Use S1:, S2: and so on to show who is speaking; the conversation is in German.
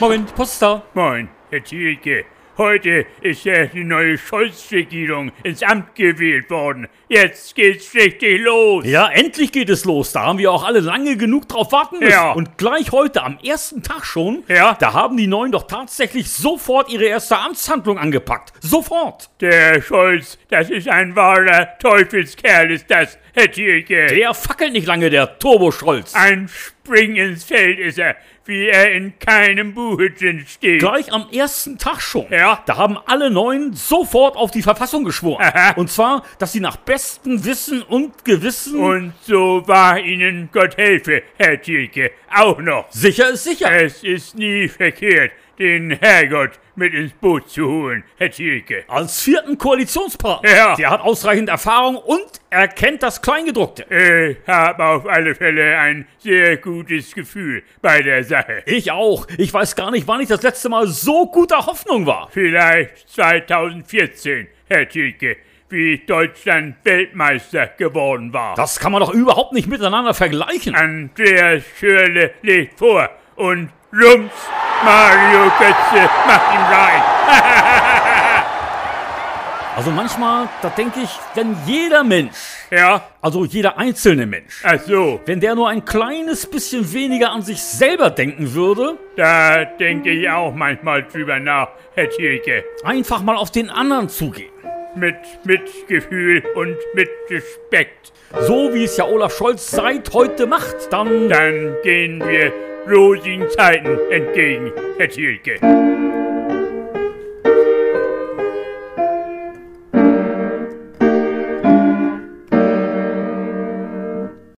S1: Moment, Post ist da.
S2: Moin, Herr Zielke. Heute ist ja die neue Scholz-Regierung ins Amt gewählt worden. Jetzt geht's richtig los.
S1: Ja, endlich geht es los. Da haben wir auch alle lange genug drauf warten müssen.
S2: Ja.
S1: Und gleich heute, am ersten Tag schon,
S2: Ja.
S1: da haben die Neuen doch tatsächlich sofort ihre erste Amtshandlung angepackt. Sofort.
S2: Der Scholz, das ist ein wahrer Teufelskerl, ist das, Herr Zielke.
S1: Der fackelt nicht lange, der Turbo-Scholz.
S2: ein Spring ins Feld ist er, wie er in keinem Buchhütchen steht.
S1: Gleich am ersten Tag schon.
S2: Ja.
S1: Da haben alle Neuen sofort auf die Verfassung geschworen.
S2: Aha.
S1: Und zwar, dass sie nach bestem Wissen und Gewissen...
S2: Und so war Ihnen Gott helfe, Herr Zielke, auch noch.
S1: sicher ist sicher.
S2: Es ist nie verkehrt, den Herrgott mit ins Boot zu holen, Herr Zielke.
S1: Als vierten Koalitionspartner.
S2: Ja.
S1: Der hat ausreichend Erfahrung und erkennt das Kleingedruckte.
S2: Ich habe Äh, auf alle Fälle ein sehr gutes Gefühl bei der Sache.
S1: Ich auch. Ich weiß gar nicht, wann ich das letzte Mal so guter Hoffnung war.
S2: Vielleicht 2014, Herr Zielke, wie Deutschland Weltmeister geworden war.
S1: Das kann man doch überhaupt nicht miteinander vergleichen.
S2: Andreas Schürle legt vor und rums, Mario Götze macht ihn rein.
S1: Also manchmal, da denke ich, wenn jeder Mensch,
S2: Ja,
S1: also jeder einzelne Mensch,
S2: ach so,
S1: wenn der nur ein kleines bisschen weniger an sich selber denken würde,
S2: da denke ich auch manchmal drüber nach, Herr Zielke.
S1: einfach mal auf den anderen zugehen.
S2: Mit Mitgefühl und mit Respekt.
S1: So wie es ja Olaf Scholz seit heute macht, dann...
S2: Dann gehen wir rosigen Zeiten entgegen, Herr Zielke.